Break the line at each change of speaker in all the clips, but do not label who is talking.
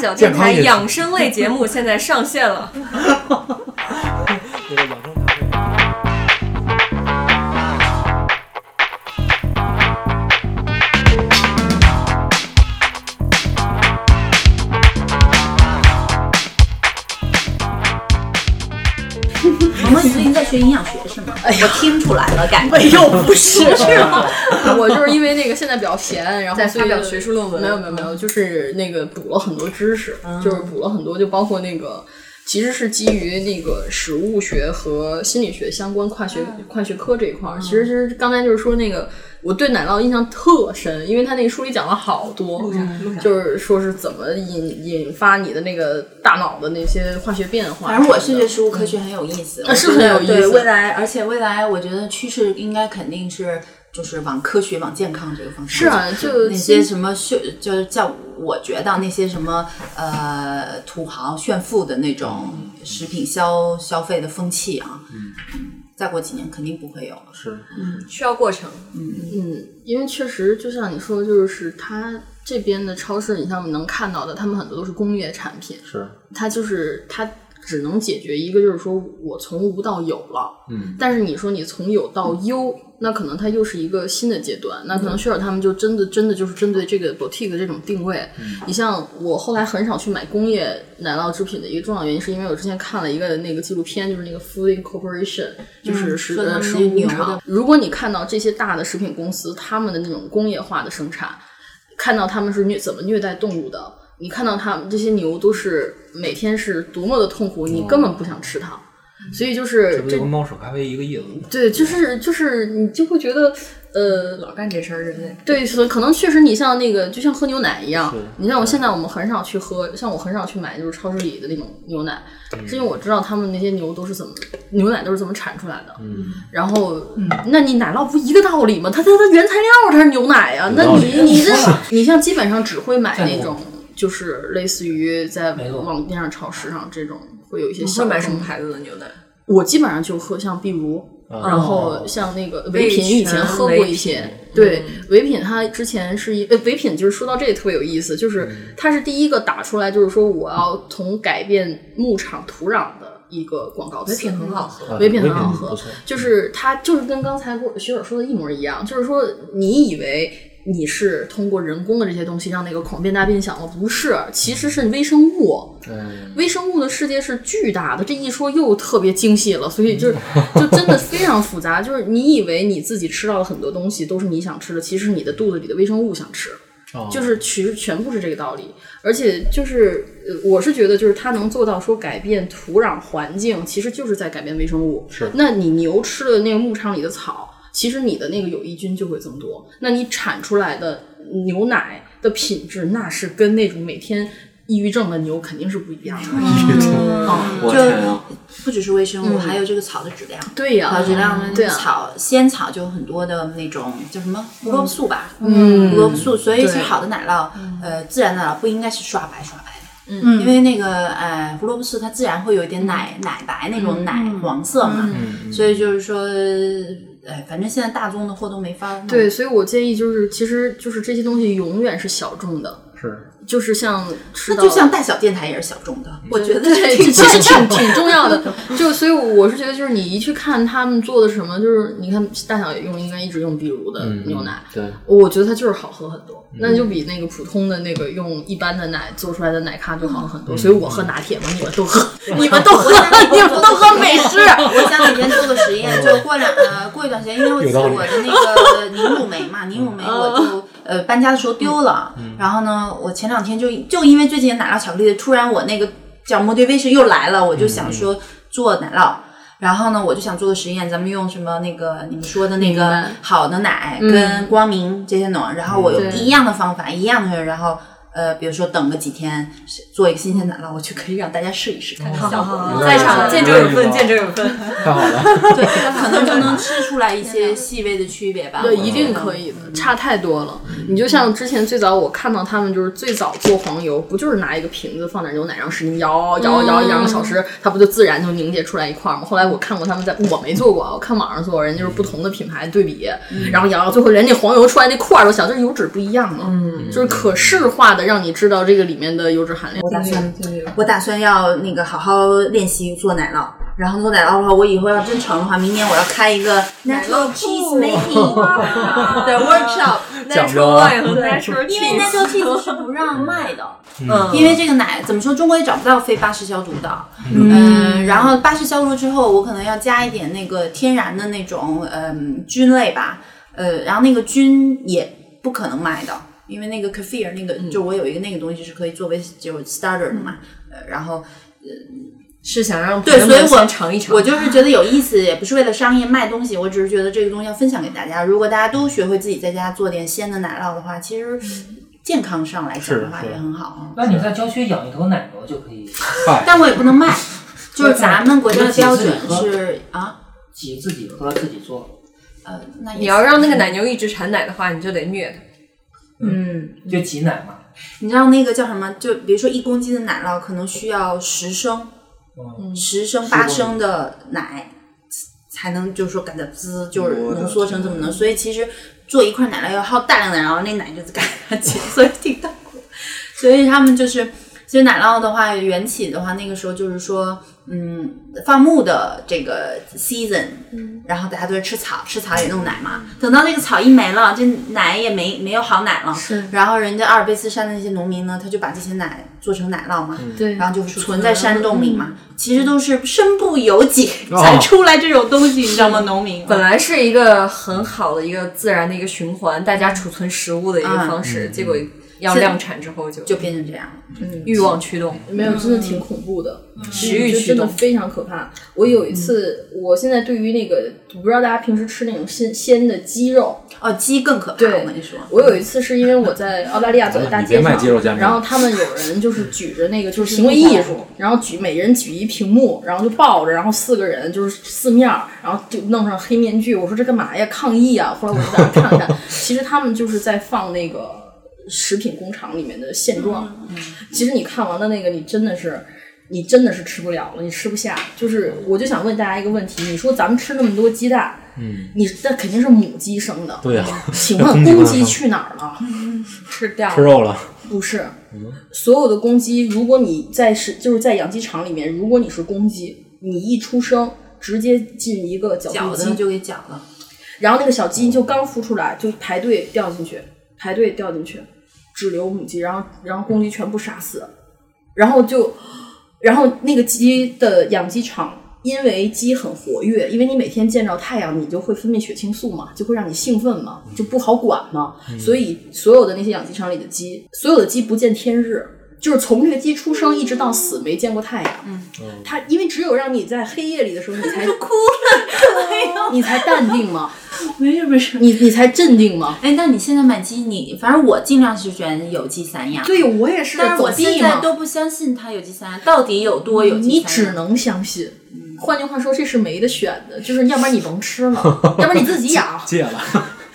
小电
健康
台
饮食
养生类节目现在上线了。
那个养生茶会。
萌萌，你最近在学营养学是吗？
哎
我听出来了，感觉。
没有，不是，
是吗？
我就是因为那个现在比较闲，然后
在
所以
发表学术论文
没有没有没有，就是那个补了很多知识，就是补了很多，就包括那个。其实是基于那个食物学和心理学相关跨学、跨学科这一块儿，其实是刚才就是说那个我对奶酪印象特深，因为他那个书里讲了好多，嗯就是说是怎么引引发你的那个大脑的那些化学变化。
反正我是觉得食物科学很有意思，
啊是很有意思
对未来，而且未来我觉得趋势应该肯定是就是往科学、往健康这个方向。
是啊，就
那些什么炫，就是叫我觉得那些什么呃土豪炫富的那种食品消消费的风气啊，嗯，再过几年肯定不会有了。
是，
需要过程，
嗯，因为确实就像你说的，就是它这边的超市，你像我们能看到的，他们很多都是工业产品，
是，
它就是它只能解决一个，就是说我从无到有了。
嗯，
但是你说你从有到优，那可能它又是一个新的阶段，那可能雪尔他们就真的真的就是针对这个 boutique 这种定位。你像我后来很少去买工业奶酪制品的一个重要原因，是因为我之前看了一个那个纪录片，就是那个 Food Corporation，就是
嗯
食
说他
呃
们
食
那
物工
牛
厂
的。
如果你看到这些大的食品公司他们的那种工业化的生产，看到他们是虐怎么虐待动物的，你看到他们这些牛都是每天是多么的痛苦，你根本不想吃它。所以就是
这不
这
就跟猫屎咖啡一个意思？
对，就是就是你就会觉得，呃，
老干这事儿，人类。
对，所以可能确实你像那个，就像喝牛奶一样
是，
你像我现在我们很少去喝，像我很少去买就是超市里的那种牛奶，
嗯
是因为我知道他们那些牛都是怎么牛奶都是怎么产出来的。
嗯，
然后，那你奶酪不一个道理吗？它它它原材料它是牛奶呀、那
道理
你你这你像基本上只会买
赞同
那种就是类似于在
没错
网店上、超市上这种会有一些
你
小
会买
众
什么牌子的牛奶？
我基本上就喝像碧如，
啊
然后像那个唯品以前喝过一
唯
些
品，
对唯品它之前是一呃唯品就是说到这里特别有意思，就是它是第一个打出来就是说我要从改变牧场土壤的一个广告词，
唯品很好喝，
唯品很好
不
喝
错，
就是它就是跟刚才我徐尔说的一模一样，就是说你以为你是通过人工的这些东西让那个孔变大变小吗？不是，其实是微生物。
嗯，
微生物的世界是巨大的，这一说又特别精细了，所以就是 就真的非常复杂。就是你以为你自己吃到了很多东西都是你想吃的，其实你的肚子里的微生物想吃，
哦
就是其实全部是这个道理。而且就是呃，我是觉得就是它能做到说改变土壤环境，其实就是在改变微生物。
是
那你牛吃了那个牧场里的草，其实你的那个有益菌就会增多，那你产出来的牛奶的品质，那是跟那种每天抑郁症的牛肯定是不一样的。
嗯
我
就
天啊！
不只是微生物，
嗯
还有这个草的质量。
对呀、
草质量
对啊
草仙草就有很多的那种叫什么胡萝卜素吧，嗯，胡萝卜素，所以是
对
好的奶酪，呃，自然奶酪不应该是刷白刷白的，
嗯
因为那个呃胡萝卜素它自然会有一点奶、
嗯
奶白那种奶黄色嘛，所以就是说，哎，反正现在大众的货都没法弄
对，所以我建议就是，其实就是这些东西永远是小众的，
是，
就是像吃
那
到
就像大小电台也是小众的，我觉得
嗯对，
挺
这其实挺挺重要的。就所以我是觉得，就是你一去看他们做的什么，就是你看大小也用，应该一直用碧如的嗯
嗯
牛奶。
对，
我觉得它就是好喝很多，那就比那个普通的那个用一般的奶做出来的奶咖就好喝很多。所以我喝拿铁嘛，你们都喝，你们都喝， 你们都喝美式。
我想每天做个实验，就过两呃过一段时间，因为我记得我的那个凝乳酶嘛，凝乳酶我
哦
就呃搬家的时候丢了，然后呢，我前两天就就因为最近奶酪巧克力，突然我那个叫 motivation 又来了，我就想说做奶
嗯
酪。然后呢，我就想做个实验，咱们用什么那个你们说的那
明
个
白
好的奶跟光明这些弄，然后我用一样的方法，一样的，然后呃，比如说等个几天做一个新鲜奶酪，我就可以让大家试一试，看看效果。
有
在
点
场
意思
见
有
证
点
有
意
份，
思
见证有份。
太好了，
对，可能就能吃出来一些细微的区别吧。
对，一定可以的，差太多了。你就像之前最早我看到他们就是最早做黄油，不就是拿一个瓶子放点牛奶，然后使劲摇摇摇一两个小
嗯
时，它不就自然就凝结出来一块儿吗？后来我看过他们在，我没做过啊，我看网上做，人就是不同的品牌对
嗯嗯
比，然后摇摇，最后人家黄油出来那块儿都小，就是油脂不一样嘛，就是可视化的让你知道这个里面的油脂含量。
我打算
经历了
我打算要那个好好练习做奶酪，然后做奶酪的话，我以后要真成的话，明年我要开一个奶酪 cheese making 的 workshop，
讲究啊
Natural oil 和 natural
因为
cheese
奶酪 cheese 是不让卖的，
嗯
因为这个奶怎么说，中国也找不到非巴氏消毒的。嗯，然后巴氏消毒之后，我可能要加一点那个天然的那种嗯菌类吧，呃，然后那个菌也不可能买的，因为那个 kefir 那个就我有一个那个东西是可以作为就是 starter 的嘛，呃，然后
是想让
对
朋友们
所以我
先尝一尝，
我就是觉得有意思，也不是为了商业卖东西，我只是觉得这个东西要分享给大家。如果大家都学会自己在家做点鲜的奶酪的话，其实健康上来讲的话
是是
也很好啊。
那你在郊区养一头奶牛就可以
但我也不能卖，就是咱们国家的
那几
标
次
准
喝
是啊，
挤自己喝自己做，
呃，那也
你要让那个奶牛一直产奶的话，你就得虐它。
嗯，
就挤奶嘛。
你知道那个叫什么？就比如说一公斤的奶酪，可能需要十升、
嗯
十升、
十
八
公
升的奶，才能就是说感觉滋，就是
我的
浓缩成这么浓。所以其实做一块奶酪要耗大量的奶酪，那奶 就是干下去，所以挺痛苦。所以他们就是，其实奶酪的话，缘起的话，那个时候就是说，嗯，放牧的这个 season，然
嗯
后大家都是吃草，吃草也弄奶嘛。等到那个草一没了，这奶也没没有好奶了。
是
然后人家阿尔卑斯山的那些农民呢，他就把这些奶做成奶酪嘛，
对
然后就存在山洞里
嗯
嘛。其实都是身不由己
哦
才出来这种东西，你知道吗？农民
本来是一个很好的一个自然的一个循环，大家储存食物的一个方式，结果要量产之嗯后就嗯
就变成这样了。
欲望驱动，
没有，真的挺恐怖的，
食欲
就
驱
真的
动。
非常可怕。我有一次，我现在对于那个，我不知道大家平时吃那种鲜鲜的鸡肉，
哦，鸡更可怕，
对
我跟你说，
我有一次是因为我在澳大利亚走在大街
你别卖鸡肉加
上，
面
然后他们有人就是举着那个就是行为艺术，然后举每人举一屏幕，然后就抱着，然后四个人就是四面儿，然后就弄上黑面具。我说这干嘛呀？抗议啊！后来我就在那看了看，其实他们就是在放那个食品工厂里面的现状。其实你看完了那个，你真的是。你真的是吃不了了，你吃不下。就是，我就想问大家一个问题：你说咱们吃那么多鸡蛋，
嗯，
你那肯定是母鸡生的，
对呀，啊
请问公鸡去哪儿了？
吃掉
吃肉了，
不是，所有的公鸡，如果你在是就是在养鸡场里面，如果你是公鸡，你一出生直接进一个绞
绞
肚
的
机，
就给绞了。
然后那个小鸡就刚孵出来就排队掉进去，排队掉进去，只留母鸡，然后然后公鸡全部杀死，然后就，然后那个鸡的养鸡场。因为鸡很活跃，因为你每天见着太阳，你就会分泌血清素嘛，就会让你兴奋嘛，就不好管嘛。所以所有的那些养鸡场里的鸡，所有的鸡不见天日，就是从这个鸡出生一直到死没见过太阳。嗯，它因为只有让你在黑夜里的时候，你 才哭了， 你才淡定嘛，
没事没事。
你你才镇定嘛。
哎，那你现在买鸡，你反正我尽量是选有机散养，
对，我也是
但是我
走
现
地
在
嘛，
都不相信它有机散养到底有多有
你
机散
只
养。
能相信。换句话说，这是没得选的，就是要不然你甭吃 了，要不然你自己养。
戒了，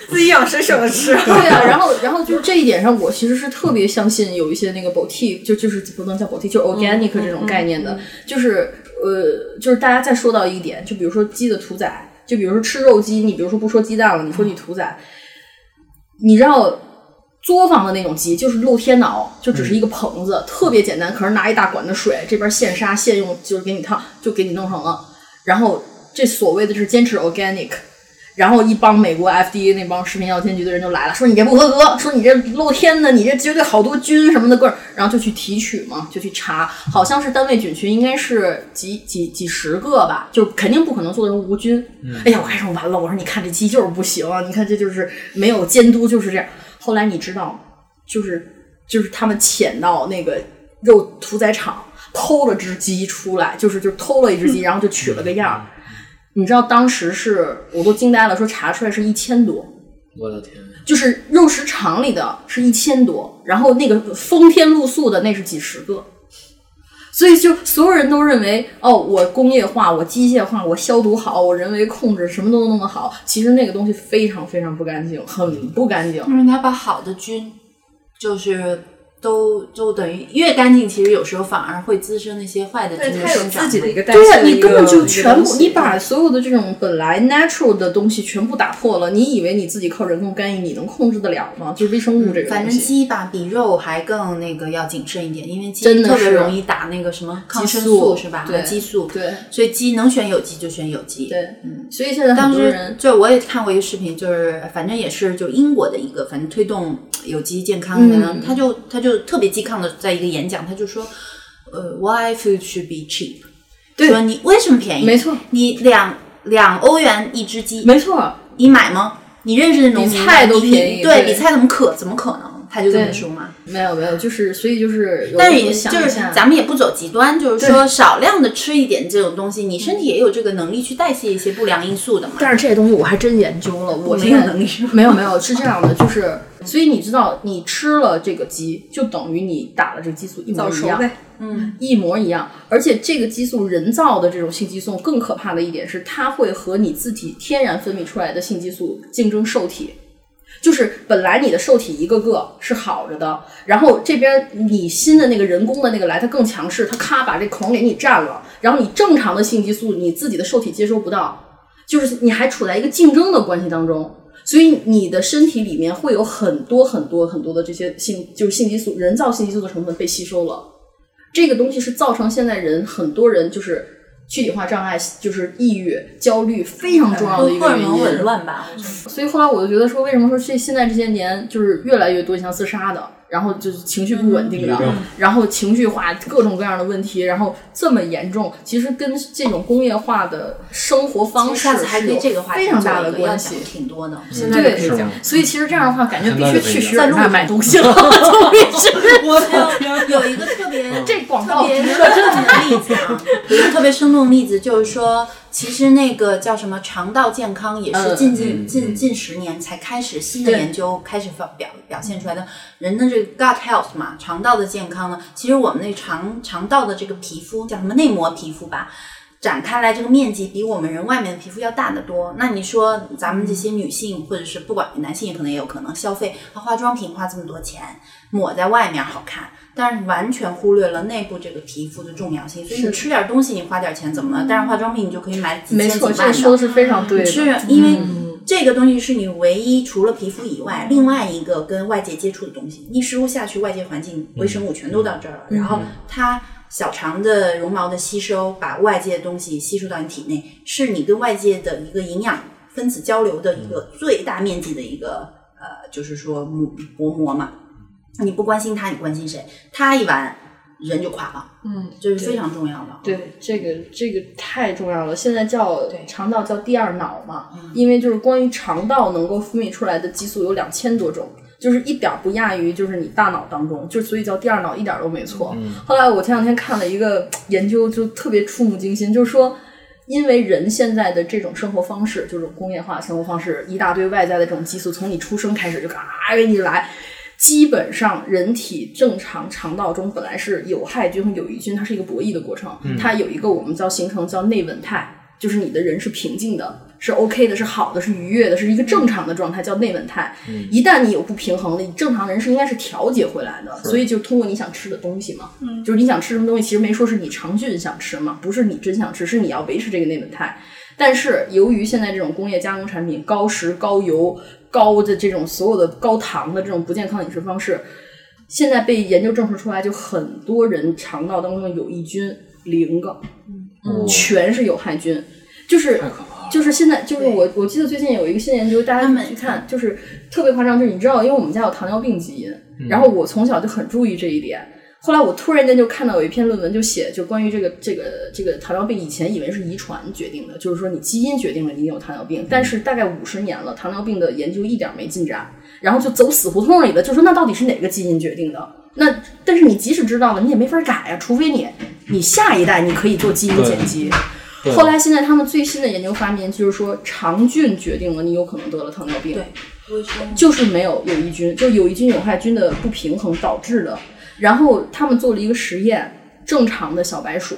自己养谁舍得吃？
对啊，然后然后就是这一点上，我其实是特别相信有一些那个 boutique，就就是不能叫 boutique，就是 organic 这种概念的，就是呃，就是大家再说到一点，就比如说鸡的屠宰，就比如说吃肉鸡，你比如说不说鸡蛋了，你说你屠宰，你知道。作坊的那种鸡就是露天熬，就只是一个棚子，特别简单。可是拿一大管子水，这边现杀现用，就是给你烫，就给你弄成了。然后这所谓的就是坚持 organic，然后一帮美国 FDA 那帮食品药监局的人就来了，说你这不合格，说你这露天的，你这绝对好多菌什么的味儿，然后就去提取嘛，就去查，好像是单位菌群应该是几几几十个吧，就肯定不可能做成无菌。哎呀，我还说完了，我说你看这鸡就是不行，啊你看这就是没有监督就是这样。后来你知道吗，就是就是他们潜到那个肉屠宰场偷了只鸡出来，就是就偷了一只鸡，然后就取了个样儿。你知道当时是我都惊呆了，说查出来是一千多，
我的天，
就是肉食厂里的是一千多，然后那个风天露宿的那是几十个，所以就所有人都认为哦，我工业化，我机械化，我消毒好，我人为控制，什么都弄得好。其实那个东西非常非常不干净，很不干净。
因为它把好的菌就是都就等于越干净，其实有时候反而会滋生那些坏的
对，
这个
它有
生
自
长
己的一个代
对
谢
呀，
的一个，
你根本就
一个
全
东
部，
西
你把所有的这种本来 natural 的东西全部打破了，你以为你自己靠人工干预你能控制得了吗？就是微生物这个
反
东
正
西，
鸡吧比肉还更那个要谨慎一点，因为鸡
真的
特别
是
容易打那个什么抗生
激素
是吧？
对
激素。
对
所以鸡能选有机就选有机。嗯
对，所以现在很
当
多
时
人
就我也看过一个视频，就是反正也是就英国的一个，反正推动有机健康的，
嗯
呢，他就他就特别激亢的在一个演讲，他就说，呃，why food should be cheap，
对
说你为什么便宜？
没错，
你两两欧元一只鸡，
没错，
你买吗？你认识的农民吗
比菜都
你
便宜
你对
对
比菜怎么可怎么可能？他就这么
对
说嘛。
没有没有，就是所以就是有
但是
时候
也
想
就
一
是
下
咱们也不走极端，就是说少量的吃一点这种东西，你身体也有这个能力去代谢一些不良因素的嘛。
但是这些东西我还真研究了，我
没
现
有
在
能力。
没有没有是这样的，就是所以你知道，你吃了这个鸡，就等于你打了这个激素一模
早
一
熟
样，
呗，
嗯，
一模一样。而且这个激素人造的这种性激素更可怕的一点是，它会和你自己天然分泌出来的性激素竞争受体。就是本来你的受体一个个是好着的，然后这边你新的那个人工的那个来，它更强势，它咔把这孔给你占了，然后你正常的性激素你自己的受体接收不到，就是你还处在一个竞争的关系当中，所以你的身体里面会有很多很多很多的这些性就是性激素人造性激素的成分被吸收了，这个东西是造成现在人很多人就是躯体化障碍，就是抑郁、焦虑非常重要的一
荷
个
尔
原因。
蒙紊乱吧，
所以后来我就觉得说，为什么说这现在这些年就是越来越多像自杀的，然后就是情绪不稳定的，
抑郁症
然后情绪化各种各样的问题，然后这么严重，其实跟这种工业化的生活方
其实
式
下次还
是
可以
有
这个话题
非常大的关
做一
系
个
嗯
要讲。挺多的。
现在就可以
对
讲
是吗哦
所以其实这嗯样的话，感觉
现
必
在
须
就可以
去
讲
徐尔那买东西 了，就必须。
我天天
有一个特别
这广
特
告
别生动的例子啊，有一啊个特别生动的例子就是说，其实那个叫什么肠道健康也是
嗯
近近
嗯
近
嗯
近十年才开始新的研究开始发表表现出来的。人的这个 gut health 嘛，肠道的健康呢，其实我们那肠肠道的这个皮肤叫什么内膜皮肤吧。展开来，这个面积比我们人外面的皮肤要大得多。那你说，咱们这些女性，或者是不管男性，也可能也有可能消费，她化妆品花这么多钱，抹在外面好看，但是完全忽略了内部这个皮肤的重要性。所以你
是
吃点东西，你花点钱怎么了？但是化妆品你就可以买几
没
千
错，
几
这个
万
说
的。
的是非常对的。嗯
是因为这个东西是你唯一除了皮肤以外，另外一个跟外界接触的东西。你食物下去，外界环境、微生物全都到这儿了，
嗯
然后它小肠的绒毛的吸收，把外界的东西吸收到你体内，是你跟外界的一个营养分子交流的一个
嗯
最大面积的一个呃，就是说膜薄膜嘛。你不关心它，你关心谁？它一完，人就垮了，
嗯，
这是非常重要的。
对，这个这个太重要了。现在叫
对
肠道叫第二脑嘛，因为就是关于肠道能够分泌出来的激素有两千多种，就是一点儿不亚于就是你大脑当中，就所以叫第二脑一点儿都没错。后来我前两天看了一个研究，就特别触目惊心，就是说。因为人现在的这种生活方式，就是工业化生活方式，一大堆外在的这种激素，从你出生开始就嘎给你来，基本上人体正常肠道中本来是有害菌和有益菌，它是一个博弈的过程，它有一个我们叫形成叫内稳态，就是你的人是平静的，是 OK 的，是好的，是愉悦的，是一个正常的状态，叫内稳态。一旦你有不平衡了，你正常人是应该是调节回来的，所以就通过你想吃的东西嘛，就是你想吃什么东西，其实没说是你肠菌想吃嘛，不是你真想吃，是你要维持这个内稳态。但是由于现在这种工业加工产品，高食、高油、高的这种所有的高糖的这种不健康饮食方式，现在被研究证实出来，就很多人肠道当中的有益菌零个，全是有害菌，就是
嗯太可怕了。
就是现在，就是我我记得最近有一个新研究，大家可以去看，就是特别夸张，就是你知道，因为我们家有糖尿病基因，
嗯
然后我从小就很注意这一点。后来我突然间就看到有一篇论文，就写就关于这个这个这个糖尿病，以前以为是遗传决定的，就是说你基因决定了你有糖尿病，
嗯
但是大概五十年了，糖尿病的研究一点儿没进展，然后就走死胡同里了，就说那到底是哪个基因决定的？那但是你即使知道了，你也没法改呀、除非你你下一代你可以做基因剪辑。
对啊
后来现在他们最新的研究发明就是说，肠菌决定了你有可能得了糖尿病，
对，微生物
就是没有有益菌，就有益菌有害菌的不平衡导致的。然后他们做了一个实验，正常的小白鼠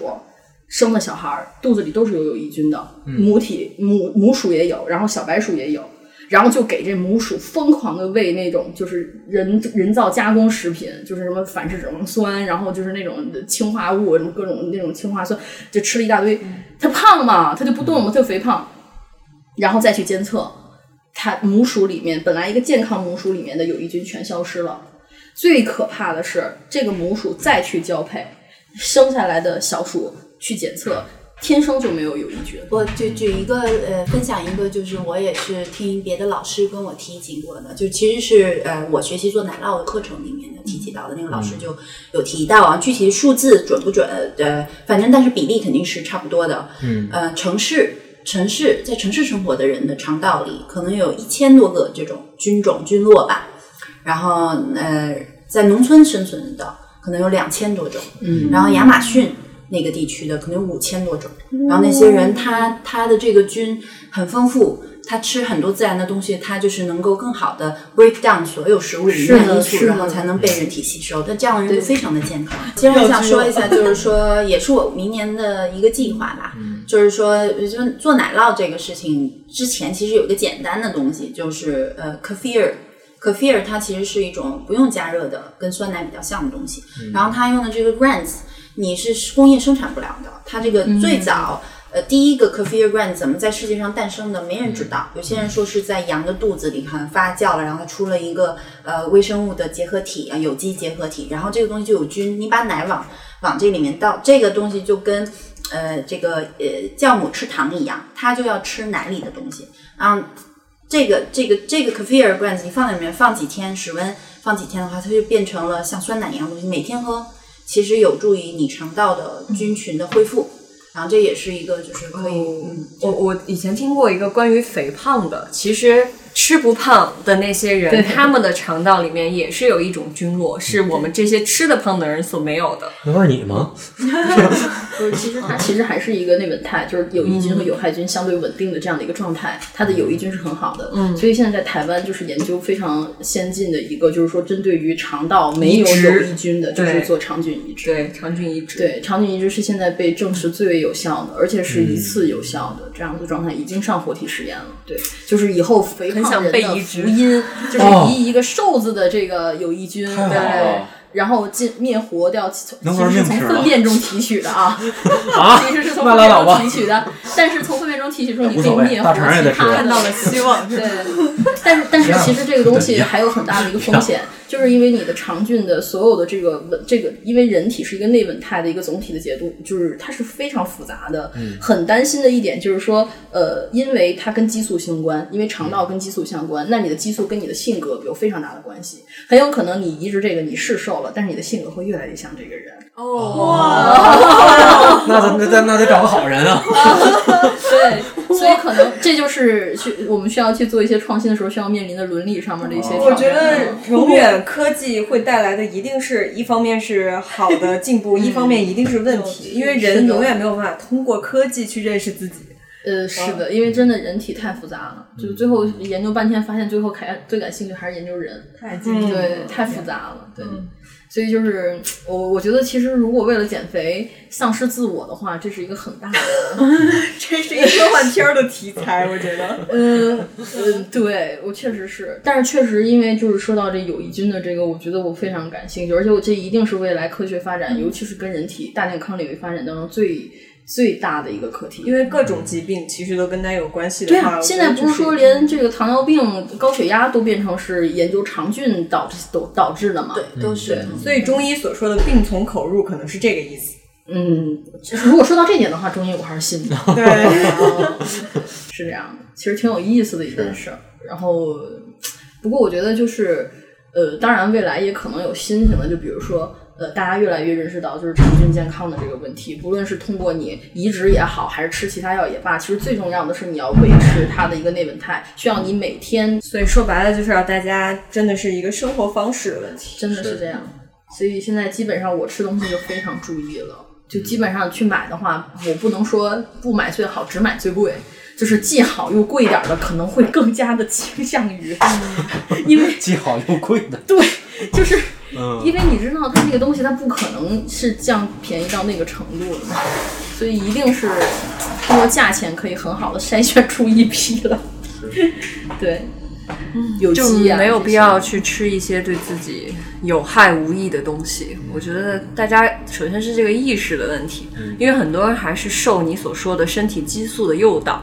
生的小孩儿肚子里都是有有益菌的，母体母母鼠也有，然后小白鼠也有。然后就给这母鼠疯狂的喂那种就是人人造加工食品，就是什么反式脂肪酸，然后就是那种氰化物，什么各种那种氰化酸，就吃了一大堆。它胖嘛，它就不动嘛，它就肥胖，然后再去监测，它母鼠里面本来一个健康母鼠里面的有益菌全消失了。最可怕的是，这个母鼠再去交配，生下来的小鼠去检测，天生就没有有益菌。
我就举一个呃，分享一个，就是我也是听别的老师跟我提及过的，就其实是呃，我学习做奶酪的课程里面的提及到的那个老师就有提到啊，具体数字准不准？呃，反正但是比例肯定是差不多的。
嗯，
呃，城市城市在城市生活的人的肠道里，可能有一千多个这种菌种菌落吧，然后呃，在农村生存的可能有两千多种，
嗯，
然后亚马逊那个地区的可能有五千多种，然后那些人他他的这个菌很丰富。他吃很多自然的东西，他就是能够更好的 break down 所有食物里面
是的
因素，
是的
然后才能被人体吸收。但这样的人
对
就非常的健 康。其实还想说一下，就是说，也是我明年的一个计划吧。就是说，呃就是做奶酪这个事情之前，其实有一个简单的东西，就是呃，kefir。kefir 它其实是一种不用加热的，跟酸奶比较像的东西。然后它用的这个 grains，你是工业生产不了的。它这个最早、呃第一个 kefir grain 怎么在世界上诞生的，没人知道。有些人说是在羊的肚子里好像发酵了，然后它出了一个呃微生物的结合体啊，有机结合体，然后这个东西就有菌。你把奶往往这里面倒，这个东西就跟呃这个呃酵母吃糖一样，它就要吃奶里的东西。嗯，这个这个这个 kefir grains 你放在里面放几天，室温放几天的话，它就变成了像酸奶一样的东西，每天喝其实有助于你肠道的
嗯
菌群的恢复。然后这也是一个就是可以，
哦
嗯，
我我以前听过一个关于肥胖的，其实吃不胖的那些人，他们的肠道里面也是有一种菌落，是我们这些吃的胖的人所没有的。
那不是你吗？
就是其实它其实还是一个内稳态，就是有益菌和有害菌相对稳定的这样的一个状态，它的有益菌是很好的。嗯，所以现在在台湾就是研究非常先进的一个，就是说针对于肠道没有
移植
有益菌的，就是
对
做肠菌移植。
对，肠菌移植。
对，肠菌移植是现在被证实最为有效的，而且是
嗯
一次有效的、这样的状态，已经上活体实验了。对，就是以后肥
很
胖
想
人
被
的
移植
福 音，就是
哦
以一个瘦子的这个有益菌，
太好
对
了，
然后进灭活掉，其
能
其
玩
实是
命
从
吃
粪
了
便中提取的啊，
啊
其实是从
那拉
粪便
倒
中
吧
提取 的，但是从粪便中提取之后，你
无
可以
所谓
灭活
大肠也得
其他
吃
的
看到了希 望，
对，但是但是其实这个东西
一样
还有很大的一个风险，就是因为你的肠菌的所有的这个稳这个，因为人体是一个内稳态的一个总体的解读，就是它是非常复杂的。很担心的一点就是说，呃，因为它跟激素相关，因为肠道跟激素相关，那你的激素跟你的性格有非常大的关系，很有可能你移植这个你是瘦了，但是你的性格会越来越像这个人。
哦
那咱那咱那得找个好人啊！
对，所以可能这就是去我们需要去做一些创新的时候需要面临的伦理上面的一些挑战。
我觉 得永远科技会带来的一定是一方面是好的进 步，一方面一嗯定是问题，因为人永远没有办法通过科技去认识自己。
呃，是
哦
的，因为真的人体太复杂了，就最后
嗯
研究半天，发现最后感最感兴趣还是研究人，
太
嗯
精
对，太复杂了，对。所以就是我，我觉得其实如果为了减肥丧失自我的话，这是一个很大的，
这是一个 科幻片儿的题材，我觉得。
嗯 嗯，对我确实是，但是确实因为就是说到这有益菌的这个，我觉得我非常感兴趣，而且我这一定是未来科学发
嗯
展，尤其是跟人体大健康领域发展当中最最大的一个课题，因
因为各种疾病其实都跟它有关系
对
的话，
啊，
我
现
觉
在
得
不
就是嗯
说连这个糖尿病、高血压都变成是研究肠菌导致导导致的嘛？
嗯
对，都是。
所以中医所说的“病从口入”可能是这个意 思。
嗯，如果说到这点的话，中医我还是信 的，
对，
是这样的，其实挺有意思的一件事儿。然后，不过我觉得就是，呃，当然未来也可能有新型的，就比如说。呃，大家越来越认识到就是肠菌健康的这个问题，不论是通过你移植也好，还是吃其他药也罢，其实最重要的是你要维持它的一个内稳态，需要你每天
所以说白了就是要大家真的是一个生活方式的问题。
真的是这样。所以现在基本上我吃东西就非常注意了，就基本上去买的话，我不能说不买最好，只买最贵。就是既好又贵点儿的，可能会更加的倾向于， 因为
既好又贵的，
对，就是
嗯，
因为你知道它那个东西，它不可能是降便宜到那个程度的嘛，所以一定是 通过价钱可以很好的筛选出一批了。对，
嗯
有
就
机啊，
没有
这
必
些
要去吃一些对自己有害无益的东西。
嗯
我觉得大家首先是这个意识的问题，
嗯
因为很多人还是受你所说的身体激素的诱导，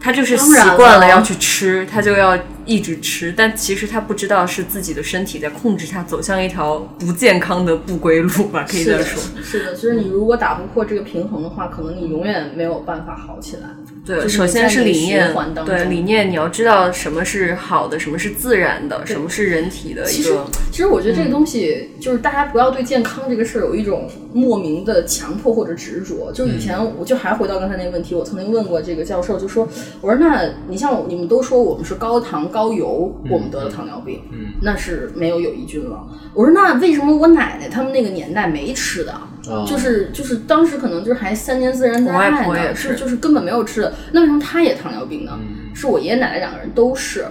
他就是习惯了要去吃，他就要一直吃，但其实他不知道是自己的身体在控制他走向一条不健康的不归路吧，可以这
是
样
的
说。，
是的，就是你如果打不破这个平衡的话，可能你永远没有办法好起来。
对，
就是
首
你
先
在
是
那个
理
循
念
环，当
对
中
理念，你要知道什么是好的，什么是自然的，什么是人体的一
其实
个。，
其实我觉得这个东西、就是大家不要对健康这个事儿有一种莫名的强迫或者执着。就以前
嗯
我就还回到刚才那个问题，我曾经问过这个教授，就说我说那你像你们都说我们是高糖高油，我们得了糖尿病，
嗯
那是没有有益菌了。我说那为什么我奶奶他们那个年代没吃的？
啊
就是就是当时可能就是还三年自然灾
我外
害
婆也嗯
呢，
是
是就是根本没有吃的。那为什么她也糖尿病呢？
嗯
是我爷爷奶奶两个人都是。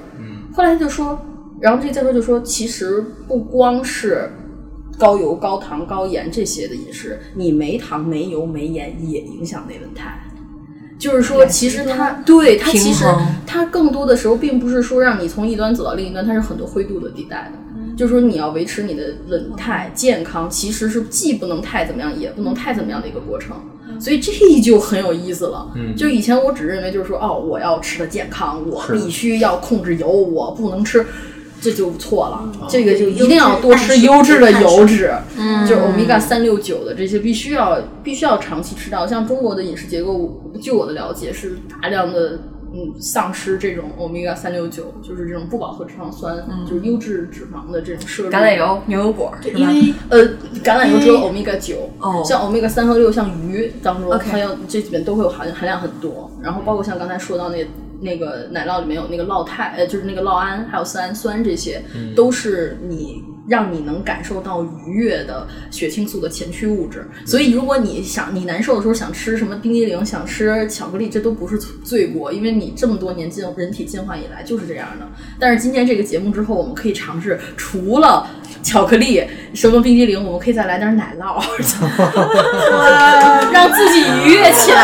后来他就说，然后这个教授就说，其实不光是高油、高糖、高盐这些的饮食，你没糖、没油、没盐也影响内分肽。就是说，其实它对它其实
平衡
它更多的时候并不是说让你从一端走到另一端，它是很多灰度的地带的。
嗯
就是说，你要维持你的稳态健康，其实是既不能太怎么样，也不能太怎么样的一个过程。所以这就很有意思了。
嗯
就以前我只认为就是说，哦，我要吃的健康，我
是
必须要控制油，我不能吃，这就错了。这个就一定要多吃优质的油脂，嗯，就是 omega 三六九的这些必须要必须要长期吃到。像中国的饮食结构，据我的了解是大量的。嗯，丧失这种 omega 三六九，就是这种不饱和脂肪酸，就是优质脂肪的这种摄入。
橄榄油、牛油果，
对
是
因
吧
为
呃，橄榄油只有 omega 九、
哦
像 omega 三和六，像鱼当中
OK
它要这里面都会有含含量很多。然后包括像刚才说到那那个奶酪里面有那个酪肽，呃，就是那个酪胺，还有色氨酸这些，都是你让你能感受到愉悦的血清素的前驱物质。所以如果你想你难受的时候想吃什么冰激凌，想吃巧克力，这都不是罪过，因为你这么多年进人体进化以来就是这样的。但是今天这个节目之后，我们可以尝试除了巧克力、什么冰激凌，我们可以再来点奶酪， 让自己愉悦起来。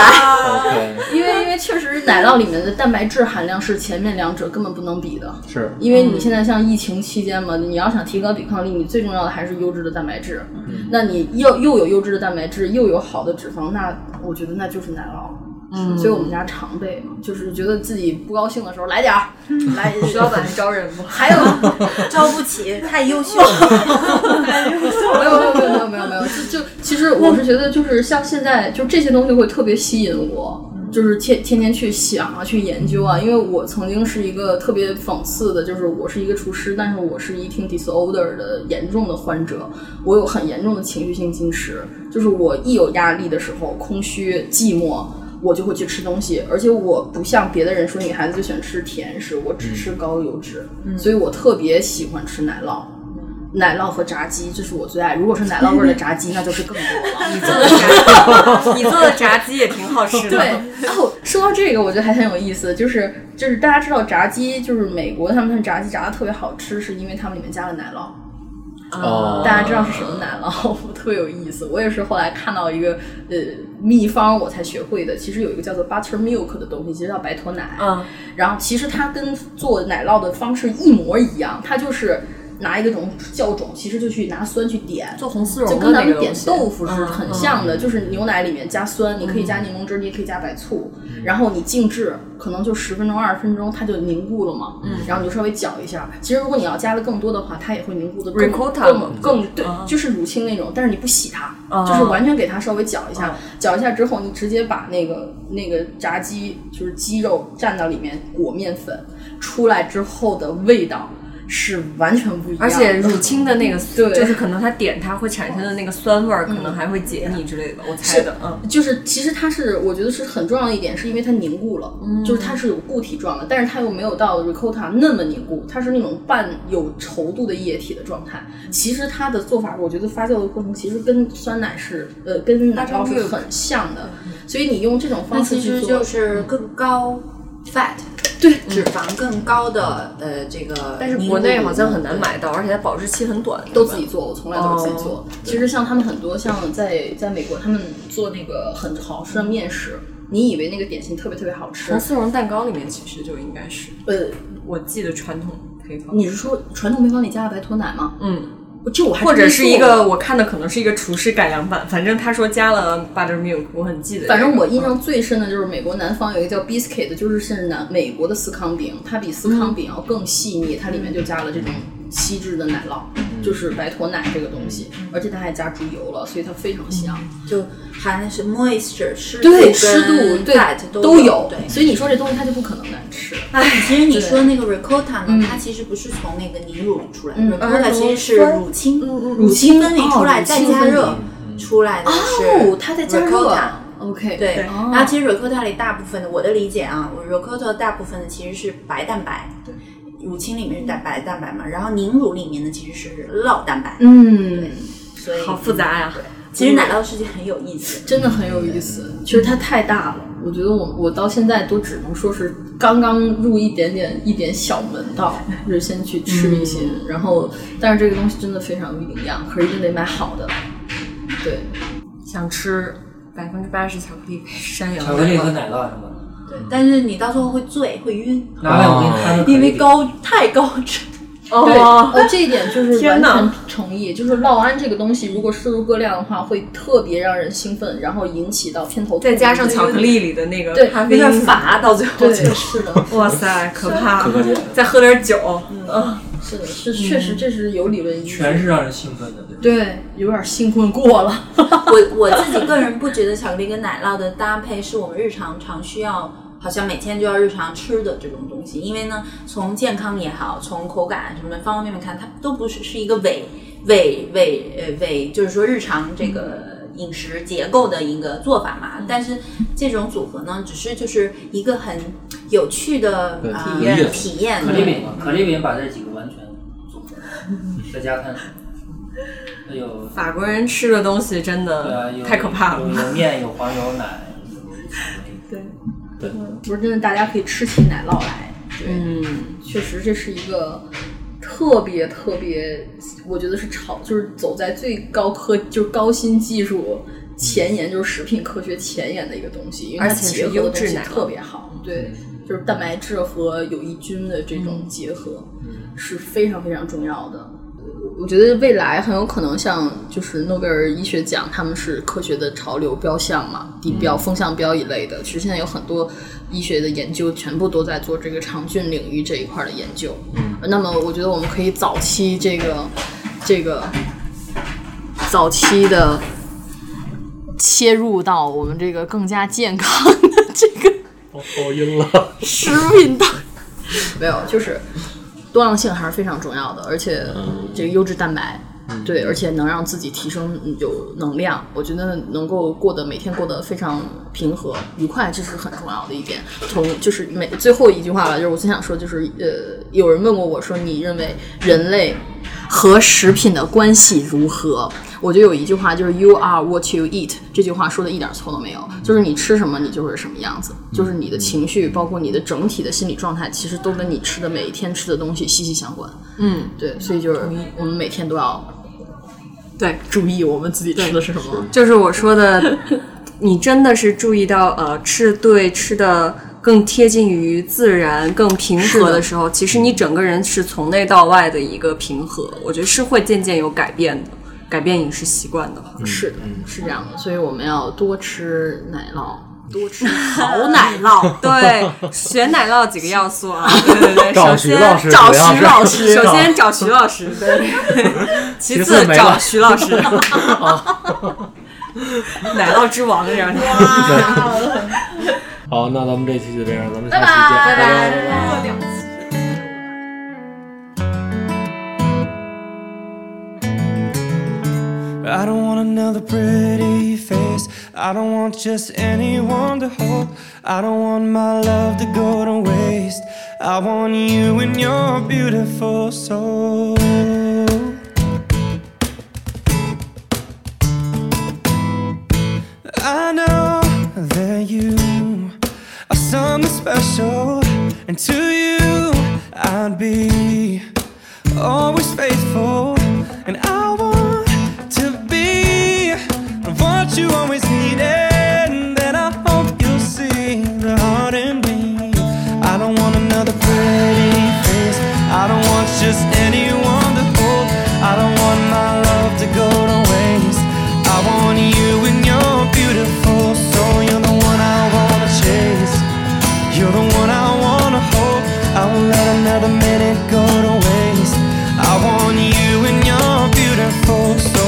，OK，
因为因为确实奶酪里面的蛋白质含量是前面两者根本不能比的。
是
因为你现在像疫情期间嘛，你要想提高抵抗力，你最重要的还是优质的蛋白质。那你又又有优质的蛋白质，又有好的脂肪，那我觉得那就是奶酪。嗯，所以我们家常备嘛，就是觉得自己不高兴的时候来点儿，
嗯
来
徐老板招人吗？
还有
招不起，太优秀了，太优秀
没有没有没有没有没有没有，就就其实我是觉得就是像现在就这些东西会特别吸引我，就是天天天去想啊去研究啊，因为我曾经是一个特别讽刺的，就是我是一个厨师，但是我是一听 disorder 的严重的患者，我有很严重的情绪性进食，就是我一有压力的时候，空虚寂寞。我就会去吃东西，而且我不像别的人说女孩子就喜欢吃甜食，我只吃高油脂，所以我特别喜欢吃奶酪。奶酪和炸鸡，这是我最爱。如果是奶酪味儿的炸鸡，那就是更多 了。
做的炸，你做的炸鸡也挺好吃的。
对，然后说到这个，我觉得还很有意思，就是就是大家知道炸鸡，就是美国他们的炸鸡炸的特别好吃，是因为他们里面加了奶酪。
嗯
哦，
大家知道是什么奶酪， 我特别有意思。我也是后来看到一个呃秘方，我才学会的。其实有一个叫做 buttermilk 的东西，其实叫白驼奶。
嗯，
然后其实它跟做奶酪的方式一模一样，它就是拿一个种酵种，其实就去拿酸去点，
做红丝
就
绒的
跟咱
那
们
个
点
东西，
豆腐是
嗯
很像的，就是牛奶里面加酸，你可以加柠檬汁，你也可以加白醋，
嗯
然后你静置，可能就十分钟、二十分钟，它就凝固了嘛。
嗯
然后你就稍微搅一下。其实如果你要加的更多的话，它也会凝固的更
Ricotta 嘛
更更对
啊，
就是乳清那种，但是你不洗它，
啊
就是完全给它稍微搅一下
啊，
搅一下之后，你直接把那个那个炸鸡就是鸡肉蘸到里面裹面粉，出来之后的味道是完全不一样的，
而且乳清的那个，
对
就是可能它点它会产生的那个酸味儿，可能还会解腻之类的，我猜的。嗯，
就是其实它是我觉得是很重要的一点，是因为它凝固了，
嗯
就是它是有固体状的，但是它又没有到 ricotta 那么凝固，它是那种半有稠度的液体的状态。
嗯
其实它的做法，我觉得发酵的过程其实跟酸奶是呃跟奶酪是很像的，所以你用这种
嗯那
方式
其
去
实
做
就，是更高 fat，
对
脂肪更高的呃这个，
但是国内好像很难。买到，而且它保质期很短，
都
是吧
自己做，我从来都是自己
哦
做。其实像他们很多像在在美国，他们做那个很
嗯
好吃的面食，你以为那个点心特别特别好吃
红，丝绒蛋糕里面其实就应该是，
呃，
我记得传统配方，
你是说传统配方里加了白驼奶吗？
嗯，
这我还
或者
真
是
做
一
过
个我看的可能是一个厨师改良版，反正他说加了 buttermilk，我很记得这个。
反正我印象最深的就是美国南方有一个叫 biscuit，就是是南美国的司康饼，它比司康饼要更细腻，它里面就加了这种稀制的奶酪，就是白驼奶这个东西，而且它还加猪油了，所以它非常香。
就含的是 moisture 湿度
对，
跟
湿度对
fat
都
有，对。
所以你说这东西它就不可能难吃。
哎，其实你说那个 ricotta
嗯
呢，它其实不是从那个凝乳出来的，ricotta
啊
其实是乳清，乳清分离出来
哦
再
嗯乳清
加
分离
热出来的
哦
是，
它在加热
ricotta。
OK，
对，
哦
然后其实 ricotta 里大部分的，我的理解啊，我 ricotta 大部分的其实是白蛋白，乳清里面是蛋白蛋白嘛，然后凝乳里面呢其实是酪蛋白，
嗯，
所以
好复杂呀、
其实奶酪世界很有意思。
真的很有意思。其实它太大了，我觉得我我到现在都只能说是刚刚入一点点一点小门道，就是先去吃一些，
嗯
然后但是这个东西真的非常有营养，可是就得买好的。对，
想吃百分之八十巧克力配山羊
巧克力和奶酪是吗？
对，但是你到最后会醉会晕，
拿来我给你摊个可以
因为高太高脂。
对，
哦，
哦，这一点就是
天
完
哪
全同意。就是酪胺这个东西，如果摄入过量的话，会特别让人兴奋，然后引起到偏头痛。
再加上巧克力里的那个
对
咖啡
有点
因，
乏，到最后
对，
就是
的，
哇塞，可怕！
可可姐，
再喝点酒，嗯
是的，是确实这是有理论依据。
全是让人兴奋的，对吧？
对，有点兴奋过了。
我我自己个人不觉得巧克力跟奶酪的搭配是我们日常常需要，好像每天就要日常吃的这种东西。因为呢，从健康也好，从口感什么的方方面面看，它都不是是一个伪 伪伪呃伪，就是说日常这个饮食结构的一个做法
嗯
嘛。但是这种组合呢，只是就是一个很有趣的
对
呃
体验
体验
可丽
对
饼，可丽饼把这几个完全组合，再加看什么？它有
法国人吃的东西真
对啊，
的
有
太可怕了
有。有面，有黄油奶，有对，
不是真的，大家可以吃起奶酪来。
嗯，
确实，这是一个特别特别，我觉得是超，就是走在最高科，就是高新技术前沿，就是食品科学前沿的一个东西，因为它
而且是
结合的
优
东
质
西
奶酪
特别好。对，就是蛋白质和有益菌的这种结合、是非常非常重要的。我觉得未来很有可能像就是诺贝尔医学奖，他们是科学的潮流标项嘛，地标、风向标一类的。其实现在有很多医学的研究，全部都在做这个肠菌领域这一块的研究。嗯，那么我觉得我们可以早期这个这个早期的切入到我们这个更加健康的这个
我头晕哦了。
食品的，没有，就是多样性还是非常重要的，而且这个优质蛋白，对，而且能让自己提升有能量，我觉得能够过得每天过得非常平和愉快，这是很重要的一点。从就是每最后一句话吧，就是我最想说，就是呃，有人问过我说，你认为人类和食品的关系如何？我觉得有一句话就是 “You are what you eat”，这句话说的一点错都没有，就是你吃什么，你就是什么样子，就是你的情绪，包括你的整体的心理状态，其实都跟你吃的每一天吃的东西息息相关。
嗯，
对，所以就是我们每天都要
对，
注意我们自己吃的是什么。
就是我说的， 你真的是注意到呃，吃对吃的更贴近于自然、更平和的时候，其实你整个人是从内到外的一个平和，我觉得是会渐渐有改变的，改变饮食习惯的话。。
是的，是这样的，所以我们要多吃奶酪，多吃好奶 酪
哦对，选奶酪几个要素啊？对对对，
找
首
徐
先
老师啊
找
主要
徐老
是
师，
找
首先找徐老师， 对，其
其
次
次没
找
了
徐老 师， 奶酪之王这样的。
好，那咱们这期就这样，咱们下期见，拜拜。
I don't want another pretty face. I don't want just anyone to hold. I don't want my love to go to waste. I want you and your beautiful soul. I know that you are something special, and to you I'd be always faithful. And I want to be what you always needed. And then I hope you'll see the heart in me. I don't want another pretty. I don't want just anyone to hold. I don't want my love to go to waste. I want you and you're beautiful. So you're the one I wanna chase. You're the one I wanna hold. I won't let another minute go to waste. I want you and you're beautiful. So.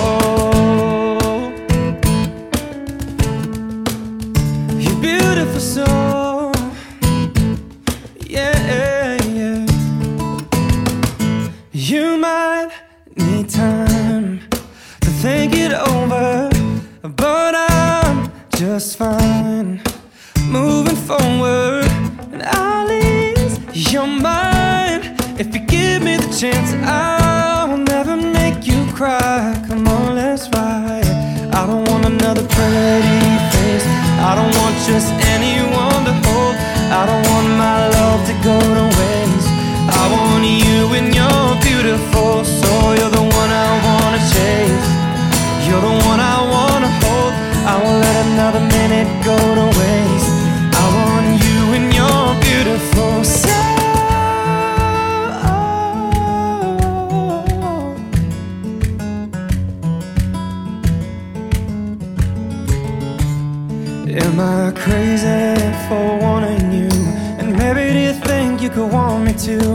You're beautiful, so yeah, yeah. You might need time to think it over, but I'm just fine. Moving forward, and I'll ease your mind. If you give me the chance, I'll never make you cry. Come on, let's ride. I don't want another pretty face. I don't want just anyone to hold. I don't want my love to go to waste. I want you and you're beautiful, so you're the one I wanna chase. You're the one I wanna hold. I won't let another minute go to waste. I want you and you're beautiful. So Am I crazy for wanting you? And maybe do you think you could want me too?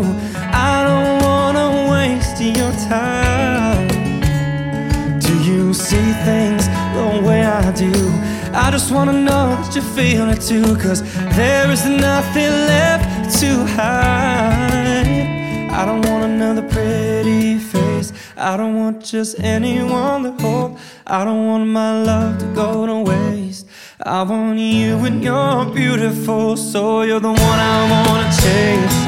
I don't wanna waste your time. Do you see things the way I do? I just wanna know that you feel it too, cause there is nothing left to hide. I don't want another pretty face. I don't want just anyone to hold. I don't want my love to go to waste. I want you and you're beautiful, so you're the one I wanna chase.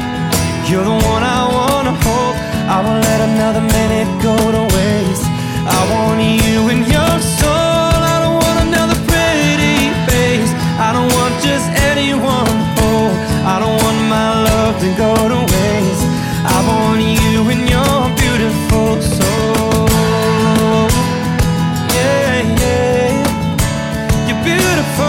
You're the one I wanna hold. I won't let another minute go to waste. I want you and your soul. I don't want another pretty face. I don't want just anyone. Oh, I don't want my love to go to waste. I want you and your beautiful soul. Yeah, yeah. You're beautiful. Oh,